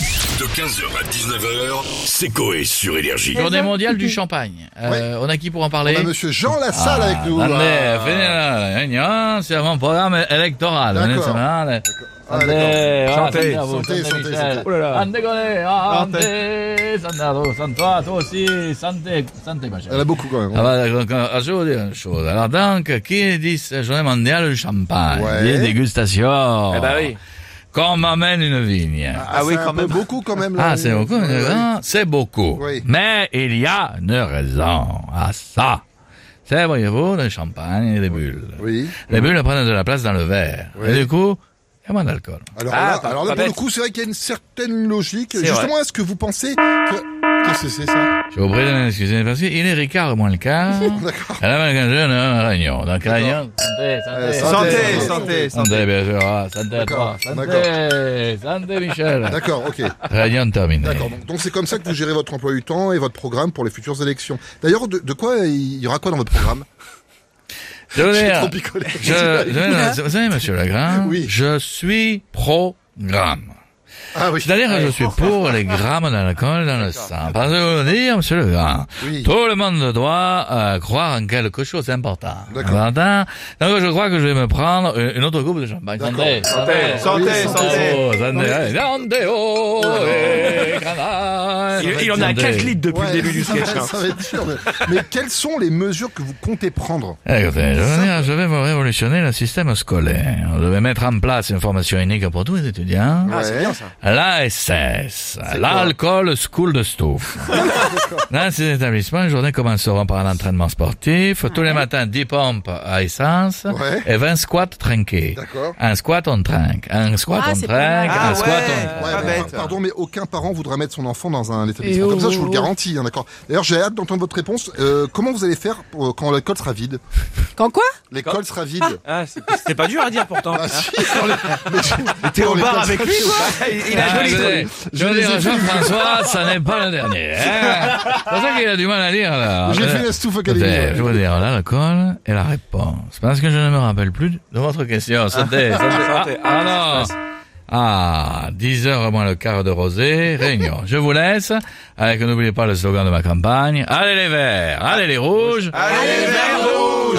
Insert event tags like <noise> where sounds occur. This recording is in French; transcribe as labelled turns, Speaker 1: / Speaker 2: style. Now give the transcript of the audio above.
Speaker 1: De 15h à 19h, c'est Coé sur Énergie.
Speaker 2: Journée mondiale du champagne. Euh, On a qui pour en parler
Speaker 3: On a Ah, monsieur Jean Lassalle avec nous.
Speaker 2: Attendez,
Speaker 3: Ah.
Speaker 2: venez là, la réunion, hein, c'est avant le programme électoral. Venez,
Speaker 3: D'accord.
Speaker 2: c'est marrant, allez.
Speaker 3: Ah,
Speaker 2: Attendez,
Speaker 3: d'accord.
Speaker 2: voilà,
Speaker 3: Santé,
Speaker 2: attendez à vous,
Speaker 3: santé,
Speaker 2: santé,
Speaker 3: santé,
Speaker 2: Michel.
Speaker 3: santé.
Speaker 4: Oh là là.
Speaker 2: Santé, Golé, santé, santé à vous, santé à toi aussi, santé, santé, ma chère.
Speaker 3: Elle a beaucoup quand même. hein.
Speaker 2: Ah bah, donc, euh, je vais vous dire une chose. Alors donc, qui dit ce journée mondiale du champagne
Speaker 3: Ouais.
Speaker 2: Dit dégustation.
Speaker 4: Eh ben oui.
Speaker 2: Qu'on m'amène une vigne.
Speaker 4: Ah oui,
Speaker 3: c'est un
Speaker 4: quand
Speaker 3: peu
Speaker 4: même.
Speaker 3: Beaucoup quand même. là.
Speaker 2: Ah, c'est beaucoup,
Speaker 3: Oui, oui.
Speaker 2: hein, c'est beaucoup.
Speaker 3: Oui.
Speaker 2: Mais il y a une raison à ça. C'est, voyez-vous, le champagne et les bulles.
Speaker 3: Oui.
Speaker 2: Les bulles prennent de la place dans le verre.
Speaker 3: Oui.
Speaker 2: Et du coup, il y a moins d'alcool.
Speaker 3: Alors,
Speaker 4: Ah,
Speaker 3: là,
Speaker 4: pas-
Speaker 3: alors là,
Speaker 4: pas
Speaker 3: pour le
Speaker 4: bête.
Speaker 3: coup, c'est vrai qu'il y a une certaine logique.
Speaker 4: C'est
Speaker 3: Justement, est-ce que vous pensez que. Qu'est-ce que c'est ça
Speaker 2: Je vous prie de m'excuser parce qu'il est Ricard au moins le
Speaker 3: <laughs>
Speaker 2: quart.
Speaker 3: D'accord.
Speaker 2: À la main qu'un jeune, un réunion. Donc, réunion. Santé,
Speaker 3: Euh,
Speaker 2: santé.
Speaker 4: Santé, santé, santé.
Speaker 2: Santé, bien sûr. Ah, santé à toi.
Speaker 3: D'accord,
Speaker 2: Santé, santé, Michel.
Speaker 3: D'accord, ok.
Speaker 2: Réunion terminée.
Speaker 3: D'accord. Donc, donc c'est comme ça que vous gérez votre emploi du temps et votre programme pour les futures élections. D'ailleurs, de, de quoi il y aura quoi dans votre programme
Speaker 2: Je veux
Speaker 3: J'ai
Speaker 2: dire-
Speaker 3: trop picolé.
Speaker 2: Je,
Speaker 3: <laughs>
Speaker 2: je- vous savez, monsieur Legrand,
Speaker 3: Oui.
Speaker 2: je suis pro-gramme.
Speaker 3: Ah oui.
Speaker 2: C'est-à-dire que je suis pour les grammes d'alcool dans le sang. Parce que vous dire, monsieur Legrand,
Speaker 3: Oui.
Speaker 2: tout le monde doit euh, croire en quelque chose d'important.
Speaker 3: D'accord.
Speaker 2: Vous entendez Donc je crois que je vais me prendre une une autre coupe de champagne.
Speaker 3: D'accord.
Speaker 2: Santé,
Speaker 4: Santé, santé, santé.
Speaker 2: Oh, santé, allez, santé, oh, eh, canard.
Speaker 4: Il, il en a
Speaker 2: Santé.
Speaker 4: 4 litres depuis
Speaker 3: Ouais,
Speaker 4: le début du
Speaker 3: ça
Speaker 4: sketch.
Speaker 3: va-
Speaker 4: hein.
Speaker 3: ça va être dur, mais, mais quelles sont les mesures que vous comptez prendre
Speaker 2: Eh, Écoutez, je veux dire, je vais vous révolutionner le système scolaire. Je vais mettre en place une formation unique pour tous les étudiants.
Speaker 4: Ah, c'est
Speaker 3: Ouais.
Speaker 4: bien ça.
Speaker 2: L'ASS, l'alcool school de Stouff. Dans ces établissements, les journées commenceront par un entraînement sportif. Tous les matins, 10 pompes à essence
Speaker 3: Ouais.
Speaker 2: et 20 squats trinqués.
Speaker 3: D'accord.
Speaker 2: Un squat, on trinque. Un squat,
Speaker 5: Ah,
Speaker 2: on
Speaker 5: c'est pas
Speaker 2: trinque.
Speaker 5: mal.
Speaker 2: Un
Speaker 4: Ah
Speaker 2: squat,
Speaker 4: ouais.
Speaker 2: on
Speaker 3: Ouais,
Speaker 4: Pas
Speaker 3: mais
Speaker 4: bête.
Speaker 3: par- pardon, mais aucun parent voudra mettre son enfant dans un établissement comme ça, je vous le garantis, hein, d'accord. D'ailleurs, j'ai hâte d'entendre votre réponse. Euh, comment vous allez faire pour- quand l'école sera vide
Speaker 5: Quand quoi
Speaker 3: L'école sera vide.
Speaker 4: Ah, c'est- C'était pas dur à dire pourtant.
Speaker 3: Ah, si, quand les- mais j'ai-
Speaker 4: T'es au
Speaker 3: quand l'école
Speaker 4: bar avec
Speaker 3: sera
Speaker 4: lui,
Speaker 3: vide.
Speaker 4: quoi Il a
Speaker 2: Ah,
Speaker 4: joli
Speaker 2: je
Speaker 4: truc.
Speaker 2: veux- Je veux dire, Jean-François, ça n'est pas le dernier.
Speaker 4: <laughs>
Speaker 2: hein. C'est pour ça qu'il a du mal à lire, là.
Speaker 3: J'ai fait la Stouff Academy, ouais.
Speaker 2: Je veux dire, là, l'alcool et la réponse. Parce que je ne me rappelle plus de votre question. Santé, santé.
Speaker 4: Ah. santé.
Speaker 2: Ah, alors. Ah, 10 heures moins le quart de rosé, réunion. Je vous laisse, avec, n'oubliez pas le slogan de ma campagne, allez les verts, allez les rouges,
Speaker 4: Allez, verre rouge